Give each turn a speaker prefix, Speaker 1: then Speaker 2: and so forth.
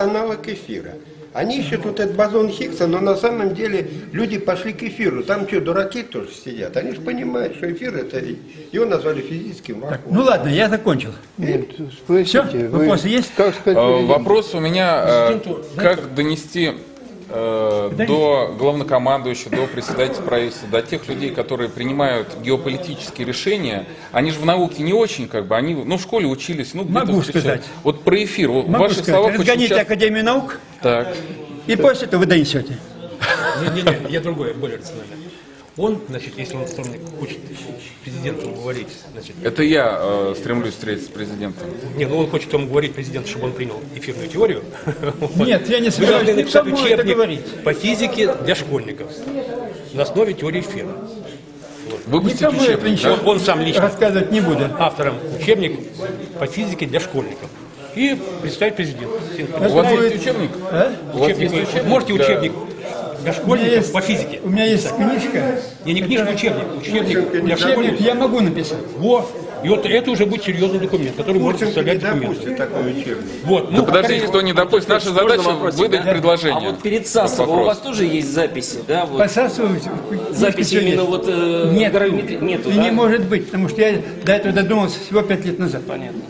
Speaker 1: аналог эфира. Они ищут вот этот бозон Хиггса, но на самом деле люди пошли к эфиру. Там что, дураки тоже сидят? Они же понимают, что эфир это... Его назвали физическим
Speaker 2: Так,
Speaker 1: вакуумом.
Speaker 2: ну ладно, я закончил.
Speaker 3: Нет, спросите.
Speaker 2: Всё? Вопросы есть?
Speaker 3: Как сказать,
Speaker 4: Э,
Speaker 3: президент?
Speaker 4: Вопрос у меня, э,
Speaker 2: Президенту,
Speaker 4: как донести э, до главнокомандующего, до председателя правительства, до тех людей, которые принимают геополитические решения, они же в науке не очень, как бы, они, ну, в школе учились, ну, где-то
Speaker 2: Могу
Speaker 4: встречали.
Speaker 2: сказать.
Speaker 4: Вот про эфир, вот в
Speaker 2: Могу
Speaker 4: ваших
Speaker 2: сказать,
Speaker 4: словах очень
Speaker 2: разгоните
Speaker 4: часто...
Speaker 2: Академию наук,
Speaker 4: Так,
Speaker 2: и после этого вы донесете.
Speaker 5: Не-не-не, я другое, более рационально. Он, значит, если он во вторник хочет президенту уговорить, значит,
Speaker 4: это я э, стремлюсь встретиться с президентом.
Speaker 5: не, ну он хочет ему говорить президенту, чтобы он принял эфирную теорию. Вот.
Speaker 2: Нет, я не
Speaker 5: Вы
Speaker 2: собираюсь
Speaker 5: должны
Speaker 2: ни к
Speaker 5: написать
Speaker 2: кому это
Speaker 5: учебник
Speaker 2: говорить.
Speaker 5: По физике для школьников на основе теории эфира.
Speaker 4: Выпустить
Speaker 2: Никому это
Speaker 4: учебник,
Speaker 2: ничего
Speaker 4: да?
Speaker 5: Вот он сам лично.
Speaker 2: Рассказывать не буду.
Speaker 5: Автором учебник по физике для школьников. И представить президенту.
Speaker 4: У вас
Speaker 2: Знает-
Speaker 4: есть учебник?
Speaker 2: А?
Speaker 4: У вас есть
Speaker 5: Учебник-
Speaker 4: учебник?
Speaker 5: Можете
Speaker 4: для-
Speaker 5: учебник для
Speaker 2: У меня
Speaker 5: школьников
Speaker 2: есть-
Speaker 5: по физике?
Speaker 2: У меня есть книжка.
Speaker 5: Не, не книжка, учебник. Учебник для
Speaker 2: Учебник
Speaker 5: школьников.
Speaker 2: я могу написать.
Speaker 5: Во. И вот это уже будет серьезный документ, который может
Speaker 1: Пурченко не
Speaker 5: составлять документы.
Speaker 1: допустит такой учебник.
Speaker 5: Вот, ну,
Speaker 4: Да подождите, кто не допустит. Наша задача выдать предложение.
Speaker 6: А вот перед
Speaker 4: на
Speaker 6: Сасовым у
Speaker 4: вопрос.
Speaker 6: вас тоже есть записи, да? Вот.
Speaker 2: Посасываюсь.
Speaker 6: Запись именно вот, э,
Speaker 2: Нет,
Speaker 6: Грами- нету,
Speaker 2: и
Speaker 6: да?
Speaker 2: не может быть, потому что я до этого додумался всего пять лет назад.
Speaker 6: Понятно.